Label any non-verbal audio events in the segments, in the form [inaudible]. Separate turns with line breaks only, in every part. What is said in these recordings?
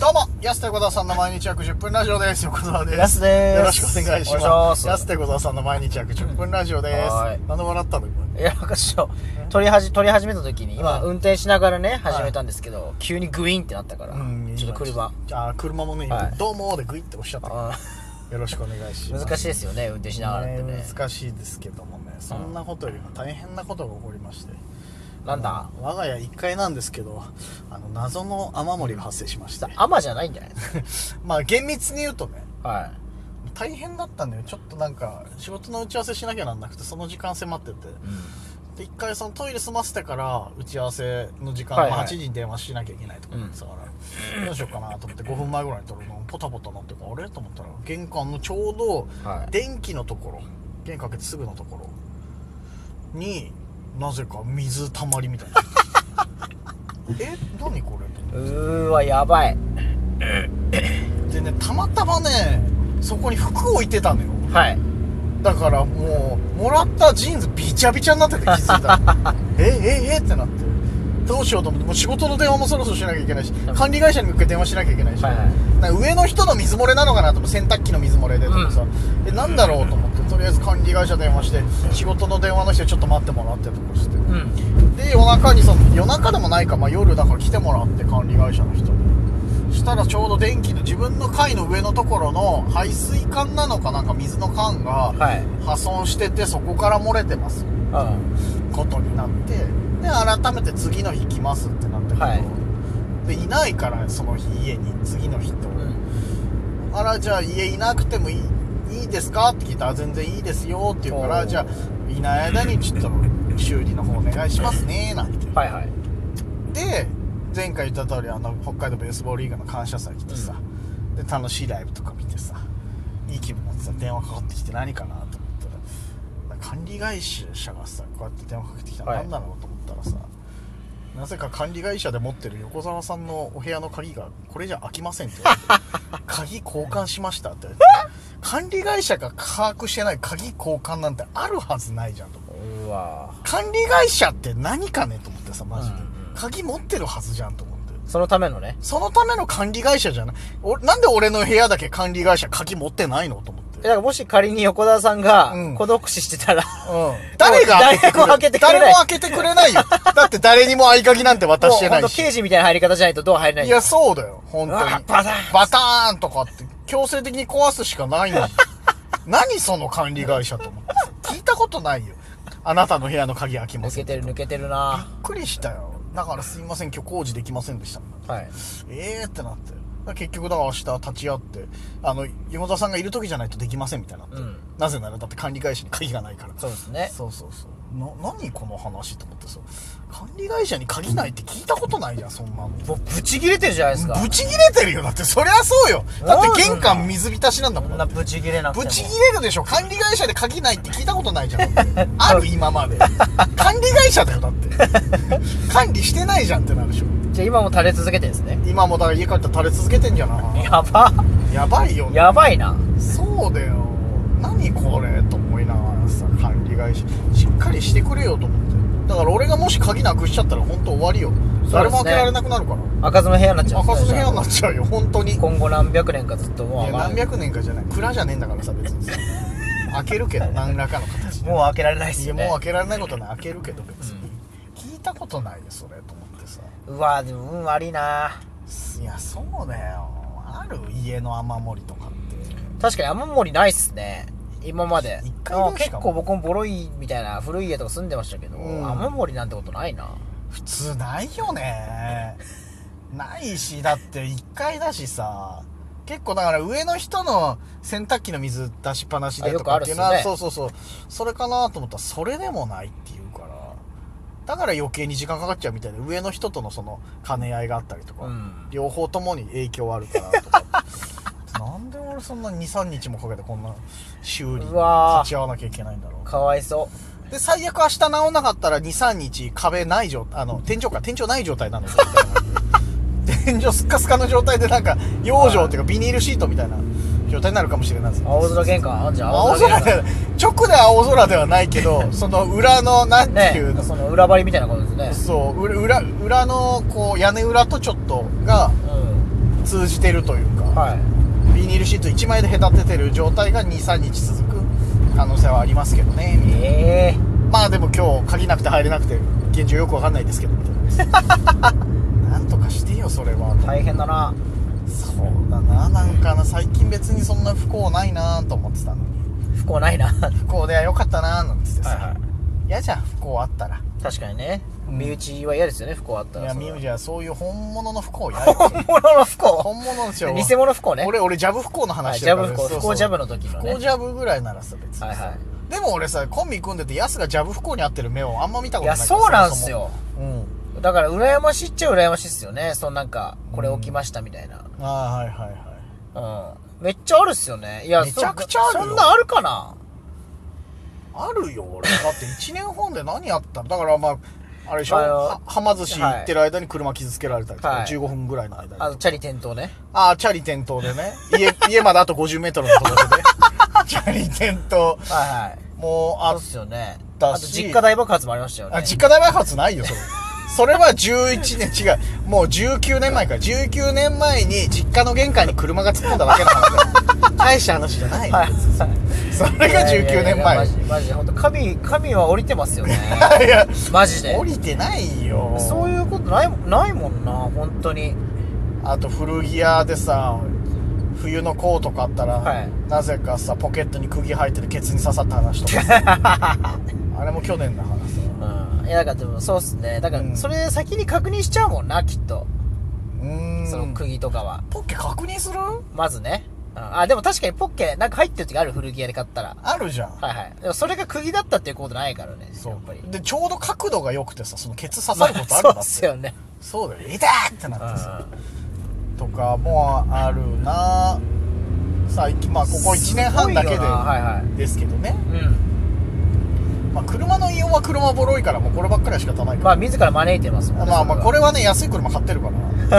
どうも、安手小沢さんの毎日約10分ラジオです。横澤です。
やすです
よろしくお願いし
お願
ま
いし
す。
ま
安
す
手小沢さんの毎日約10分ラジオです。
はーい
あの、笑ったの今。
いや、なんか師匠、撮りはじ、撮り始めた時に、今、
うん
運転しながらね、
い
始めたんですけど、急にグイーンってなったから、ちょっと車。。
あー、車もね、今
はい
どうもーでグイっておっしゃった。
あ
よろしくお願いし
ー
ます。
難しいですよね、運転しながらってね
ね。難しいですけどもね、そんなことよりも大変なことが起こりまして。
なんだ
我が家1階なんですけど、あの、謎の雨漏りが発生しまして。
アマじゃないんじゃないです
まあ、厳密に言うとね、
か。はい。
大変だったんだよ。ちょっとなんか、仕事の打ち合わせしなきゃなんなくて、その時間迫ってて。で一回そのトイレ済ませてから打ち合わせの時間、
はいはい
まあ8時に電話しなきゃいけないとか言ってたから、どうしようかなと思って5分前ぐらいに取るのポタポタなってあれと思ったら玄関のちょうど
はい
電気のところ、玄関開けてすぐのところになぜか水たまりみたい
[laughs]
なえ何これ
うーわ、やばい。
でねたまたまねそこに服置いてたのよ
はい。
だからもうもらったジーンズびちゃびちゃになってて気づいた
[laughs]
らえええってなってどうしようと思ってもう仕事の電話もそろそろしなきゃいけないし管理会社にも一回電話しなきゃいけないし、
はいはい
なんか上の人の水漏れなのかなと思って洗濯機の水漏れでとかさ、えなんだろうと思ってとりあえず管理会社電話して仕事の電話の人ちょっと待ってもらってとかして
うん。
で夜中にその夜中でもないか、まあ、夜だから来てもらって管理会社の人にしたらちょうど電気の自分の階の上のところの排水管なのかなんか水の管が
はい。
破損しててそこから漏れてます
うん。
ことになってで改めて次の日来ますってなったけど、
はい
でいないからその日家に次の日と、あらじゃあ家いなくてもいいいいですかって聞いたら全然いいですよって言うか
お
ら
ー
じゃあいない間にちょっと修理の方お願いしますねなんて
はいはい。
で前回言った通りあの北海道ベースボールリーグの感謝祭来てさ、で楽しいライブとか見てさいい気分になってさ電話かかってきて何かなと思ったら管理会社がさこうやって電話かけてきたら
はい
何だろうと思ったらさ、なぜか管理会社で持ってる横澤さんのお部屋の鍵がこれじゃ開きませんって言われて
[laughs]
鍵交換しましたって言われて管理会社が把握してない鍵交換なんてあるはずないじゃんと思って
うわ
管理会社って何かねと思ってさマジで、
うんうん
鍵持ってるはずじゃんと思って
そのためのね。
そのための管理会社じゃないおなんで俺の部屋だけ管理会社鍵持ってないのと思っ
え
て
だからもし仮に横田さんが
うん、
孤独死してたら、
うん誰が開けてくれ
誰も開けてくれない
誰も開けてくれないよ
[laughs]
だって誰にも合鍵なんて渡
も
し
う
て
ほ
なん
と
いし
刑事みたいな入り方じゃないとドア入れない
い
よ
やそうだよ本当に
うわバターン
バターンとかって強制的に壊すしかない
[laughs]
のに何その管理会社と思ってさ聞いたことないよあなたの部屋の鍵開きま
抜
せん
け
びって
る抜けてるな
くりしたよだからすいません今日工事できませんでした
はい。
ええー、ってなって結局だから明日立ち会ってあの山田さんがいる時じゃないとできませんみたいになって、
うん
なぜならだって管理会社に鍵がないから
そうですね。
そうそうそうな何この話と思ってさ管理会社に鍵ないって聞いたことないじゃんそんなの
もうブチ切れてるじゃないですか。
ブチギレてるよだってそりゃそうよだっ
なん
て
で
玄関水浸しなんだも
こん
ん
なブチ切れなくて
ブ
も。
チギレるでしょ管理会社で鍵ないって聞いたことないじゃ
[laughs]
んある今まで管理会社だよだって管理してないじゃんってなるでしょ
じゃあ今も垂れ続けてるんですね。
今もだから家帰ったら垂れ続けてんじゃない
やば。
やばいよね
やばいな。
そうだよ何これと思いながらさ管理会社しっかりしてくれよと思ってだから俺がもし鍵なくしちゃったら本当終わりよ、
すね
誰も開けられなくなるから
開かずの部屋になっちゃう。
開かずの部屋になっちゃうよ本当にいや
今後何百年かずっともう開か
何
ない
百年かじゃない蔵じゃねえんだからさ別
[laughs]
にさ開けるけど何らかの形で
もう開けられないっ
いや
すよ
もう
ね
開。けられないことはない開けるけど別に、聞いたことないよそれと思ってさ
うわでも運悪いない
やそうだよある家の雨漏りとかって
確かに雨漏りないっすね。今まで
一。回ぐらい
あ
し
結
か
構僕もボロいみたいな古い家とか住んでましたけど、
うん
雨漏りなんてことないな。
普通ないよねないしだって1階だしさ結構だから上の人の洗濯機の水出しっぱなしでとかっ
あよくある
ていう
っす
のは、
ね
そうそうそうそれかなと思ったらそれでもないっていうからだから余計に時間かかっちゃうみたいで上の人とのその兼ね合いがあったりとか、
うん
両方ともに影響あるからと
[laughs]
かなんで俺そんな23日もかけてこんな修理に立
うわー
ち会わなきゃいけないんだろう
かわいそう。
で、最悪明日直んなかったら2、3日壁ない状あの、天井か、天井ない状態なのよ。 [laughs] 天井すっかすかの状態でなんか、養生っていうかビニールシートみたいな状態になるかもしれないです。
青空玄関あんじゃん。
青空
玄
で、直で青空ではないけ [laughs] ど、その裏の、なん
関
ていう
ね
の、
その裏張りみたいなことですね。
そう、裏、裏裏の、こう、屋根裏とちょっとが、
うん。
通じてるというか、
はい
ビニールシート1枚で隔ててる状態が23日続く可能性はありますけどねみたいな
ええ
まあでも今日鍵なくて入れなくて現状よくわかんないですけどみ [laughs] たいななんとかしてよそれは
大変だな
そうだななんかな最近別にそんな不幸ないなと思ってたのに
不幸ないなはい
不幸ではよかったななんつってさ
は
嫌じゃん不幸あったら
い確かにね
うん
身内は嫌ですよね不幸あった
い
ら
や
それ
ミ
は
ュージゃそういう本物の不幸
[laughs]
やよ
本物の不幸
本物ですよ
偽物不幸ね
俺俺ジャブ不幸の
はい
話
ジ
だ
ャ
か
ブ
ら
不幸
そうそ
不
う
幸ジャブの時の
不幸
ね
ジャブぐらいならさ別にさ
はいは
でも俺さコンビ組んでてヤスがジャブ不幸に合ってる目をあんま見た
いい
ことな
や
いから
そうなんす
そも
よ
そもうん
だから羨ましいっちゃ羨ましいっすよねそのなんかこれ起きましたみたいな
ああはいはいはい
うんめっちゃあるっすよねいや
めちゃくちゃあるよ
そそんなあるかな
あるよ俺だって1年半で何やったのだからまああれでしょ
あの
ははま寿司行ってる間に車傷つけられたりとか、
はい
15分ぐらいの間に
あ
あ
のチャリ転倒ね
あチャリ転倒でね家家まであと 50m のとこ
[laughs]
ろでねチャリ転倒
はいはい
もう
あ
あ
るっすよね
だ
あ
し
と実家大爆発もありましたよね
あ実家大爆発ないよそれそれは11年違うもう19年前から19年前に実家の玄関に車が突っ込んだだけの話だよ大した話じゃないよ、
はいはい
それが
いやいやいや
19年
マ
前
ジマジで本当神神は降りてます [laughs] よね
いや
マジで
降りてないよ
そういうことないもないもんな本当に
あと古着屋でさ冬のコート買ったら、
はい
なぜかさポケットに釘入ってるケツに刺さった話とかさ
[laughs]
あれも去年の話さ
うんいやだからでもそうっすねだか
うん
らそれ先に確認しちゃうもんなきっと
うーん
その釘とかは
ポッケ確認する
まずねうんあでも確かにポッケなんか入ってる時ある古着屋で買ったら
あるじゃん、
はいはいでもそれが釘だったっていうことないからねやっぱり
でちょうど角度が良くてさそのケツ刺
ま
さ
あ
ることあるんだ
[laughs] そうっ
って
すよね
そうだよ痛っってなってさとかもあるな最近まあここ1年半だけ
すごいよなはいはい
でですけどね、
うん
まあ、車の異音は車ボロいからもうこればっかりは仕方ないから
まあ自ら招いてますもんね
まあまあこ
れ
れはね安い車買ってるか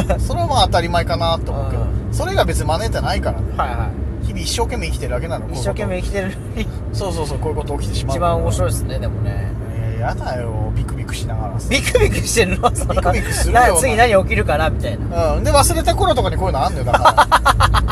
ら
[laughs]
それはまあ当たり前かなと思うけど
う
それが別に招いてないからね
ははいはい
日々一生懸命生きてるだけなの
一生懸
こういう
命生きてるのに
ことそうそうそうこういうこと起きてしまう
一番面白いですねでもね
いややだよビクビクしながらさ
ビクビクしてるのその
ビクビクするよ
な
お前
次何起きるかなみたいな
うん、で忘れた頃とかにこういうのあんのよだか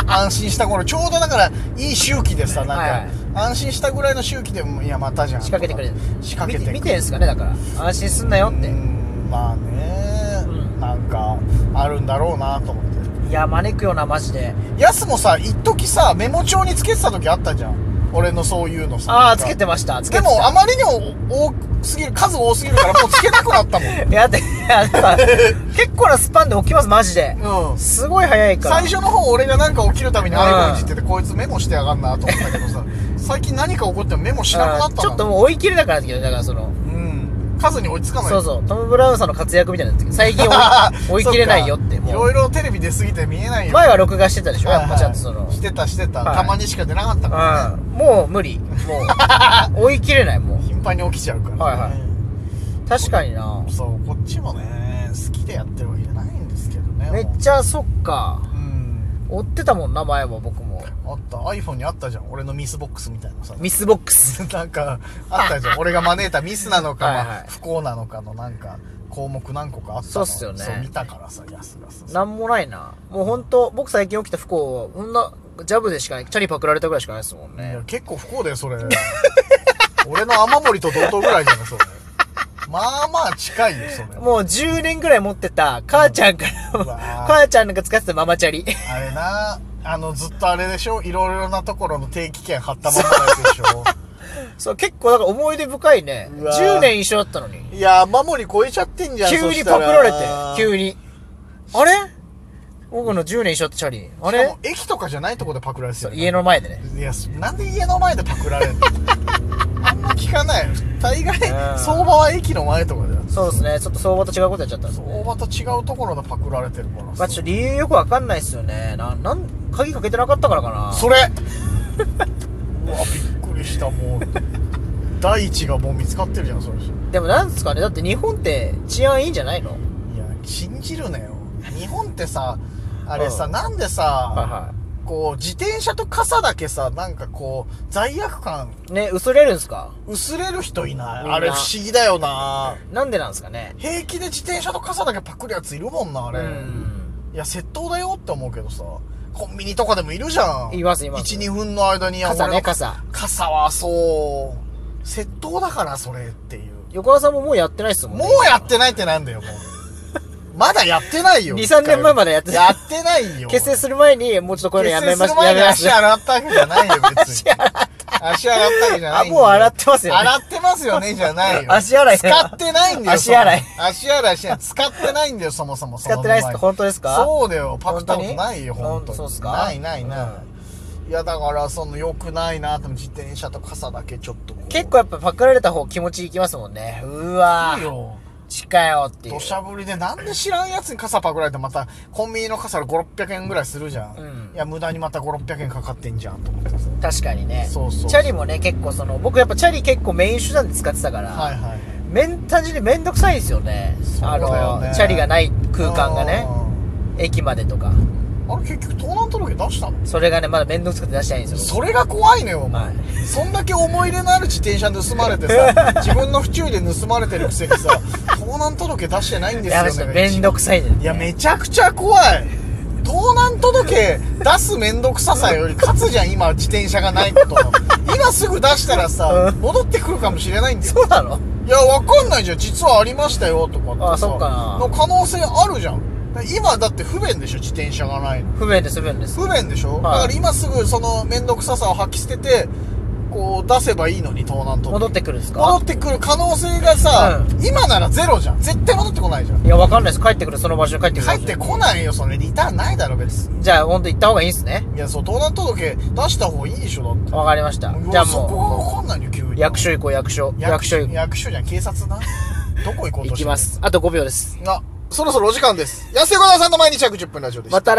ら
[laughs]
安心した頃ちょうどだからいい周期でさなんか、
はい
安心したぐらいの周期でもいやまたじゃん
仕掛けてくれる
仕掛けてくれる
見て見てんすかねだから安心すんなよって、
うんまあね、
うん
なんかあるんだろうなと思って
いや招くよなマジで
やすもさ一時さメモ帳につけてた時あったじゃん俺のそういうのさ
あ
な
あ
んか
つけてましたつけ
で
てた
もあまりにも多すぎる数多すぎるからもうつけなくなったも
[laughs]
ん
いやだっていや
[laughs]
だから結構なスパンで起きますマジで
うん
すごい早いから
最初の方俺がなんか起きるために iPhone いじっててこいつメモしてやがんなと思ったけど
[laughs]
さ最近何か起こってもメモしなくなった
あーちょっと
も
もう追い切れなくなってきただからその
うん数に追いつかない
そ
[laughs]
うそうトム・ブラウンさんの活躍みたいになってきた最近追い追い切れないよって
い
も
ろ
う
いろテレビ出過ぎて見えないよ
前は録画してたでしょ
はいは
や
い
っぱちゃんとその、
してたしてた、
はい
たまにしか出なかったから
うんもう無理も
[laughs]
う追い切れないも
頻繁に起きちゃうから、ね
はいはいう確かにな
そうこっちもね好きでやってるわけじゃないんですけどね
めっちゃそっか
うん
追ってたもんな前は僕も
あった iPhone にあったじゃん俺のミスボックスみたいなさ [laughs]
ミスボックス
なんかあったじゃん俺が招いたミスなのか、
[laughs] はいはい
まあ不幸なのかのなんか項目何個かあったの
そうっすよね
そう見たからさ安がさ
なんもないなもうほんと僕最近起きた不幸はこんなジャブでしかないチャリパクられたぐらいしかないですもん
い
ね
や結構不幸だよそれ [laughs] 俺の雨漏りと同等ぐらいじゃないそれまあまあ近いよそれ
もう10年ぐらい持ってた母ちゃんから、
うわー
母ちゃんなんか使ってたママチャリ
あれなあのずっとあれでしょいろいろなところの定期券貼ったままのやつでしょ
そう結構なんか思い出深いね
うわー
10年一緒だったのに
いや雨漏り超えちゃってんじゃん
急
そ
に
した
パクられて急
に
にあれ僕の10年一緒だったチャリあ
あれ
れ
駅とかじゃないとこでパクられてたよね
家の前でね
いやなんで家の前でパクられるのあんま聞かない大概
うん
相場は駅の前とかだよ
そうですねちょっと相場と違うことやっちゃったんですね
相場と違うところでパクられてるから
まあ、ちょっと理由よくわかんないっすよね。な、なん、鍵かけてなかったからかな。
それうわびっくりしたもう第一がもう見つかってるじゃんそれい
でもなんですかね、だって日本って治安いいんじゃないの
や信じるなよ日本ってさあれさ、
うん
なんでさ、
は
こう自転車と傘だけさなんかこう罪悪感
い。ね、薄れるんすか
薄れる人いない
みんな
あれ不思議だよな
なんでなんですかね
平気で自転車と傘だけパクるやついるもんなあれ、
うん。
いや、窃盗だよって思うけどさ、コンビニとかでもいるじゃん。
いますいます
1、2分の間に、
傘
俺の
ね、傘。
傘はそう、窃盗だから、それっていう。
横川さんももうやってないっすもんね。
もうやってないってなんだよ、もう。まだやってないよ。
2、3年前までやって
やってないよ。
結成する前に、もうちょっとこういうのやめま
結成
す、
する前
や
に
めます
足。洗ったわけじゃないよ、別に。
[laughs]
足洗った。足洗ったわけじゃない
あ、
んだよ。
もう洗ってますよ、ね。
洗ってますよね、じゃないよ。
足洗い
使ってないんだよ。
足洗い
その。足洗いしてない。使ってないんだよ、そもそも。
使ってないっす
そ
か
の
本当ですか
そうだよ。パクったこ
本当
と
に
ないよ、
ほ
本
ん
当
と
に。
そうっすか
ないないない。いや、だから、その、良くないな、でも自転車と傘だけちょっとこう。
結構やっぱパクられた方気持ちいきますもんね。うわ
いい
ぁ、
よ。
近いよっていう
土。砂降りで、なんで知らんやつに傘パクられて、また、コンビニの傘が5、600円ぐらいするじゃん。
うん
いや、無駄にまた5、600円かかってんじゃん、と思ってさ。
確かにね。
そうそうそう
チャリもね、結構その、僕やっぱチャリ結構メイン手段で使ってたから、
はいはい。
めん、単純にめんどくさいですよね。
そうだよね
あの、チャリがない空間がね、
うん。
駅までとか。
あれ、結局、盗難届出したの
それがね、まだめんどくさくて出してないんですよ。
それが怖いのよ、お前
はい。
そんだけ思い入れのある自転車盗まれて
[laughs]
さ、自分の不注意で盗まれてるくせにさ、盗難届出してないん
い
です
や、
よ、ね。
めんどくさいです、ね。
いや、めちゃくちゃ怖い。盗難届出すめんどくささより勝つじゃん、今、自転車がないことの。今すぐ出したらさ
う、ん
戻ってくるかもしれないんだよ。
そうなの
いや、わかんないじゃん。実はありましたよ、とかってさ
あそっかな
の可能性あるじゃん。今だって不便でしょ、自転車がないの。
不便です、不便です。
不便でしょ、
はい
だから今すぐその面倒くささを吐き捨ててこう出せばいいのに盗難届
戻ってくるんです
戻
か
ってくる可能性がさ、
う
今ならゼロじゃん絶対戻ってこないじゃん
いや、わかんないです。帰ってくる、その場所に帰ってくる。
帰ってこないよそれリターンないだろ別に
じゃあ、ほんと行った方がいいんすね。
いやそう盗難届出した方がいいでしょ
わかりました
だっ。て
じゃあ
そこ
も
がわかんないよ急
う、
に
役所行こう、役所。役所行こ
役所じゃん警察
[laughs]
などこ行こうとして
う。
る
行きます。あと5秒です。
あそろそろお時間です安江小沢さんの毎日約10分ラジオでした
また来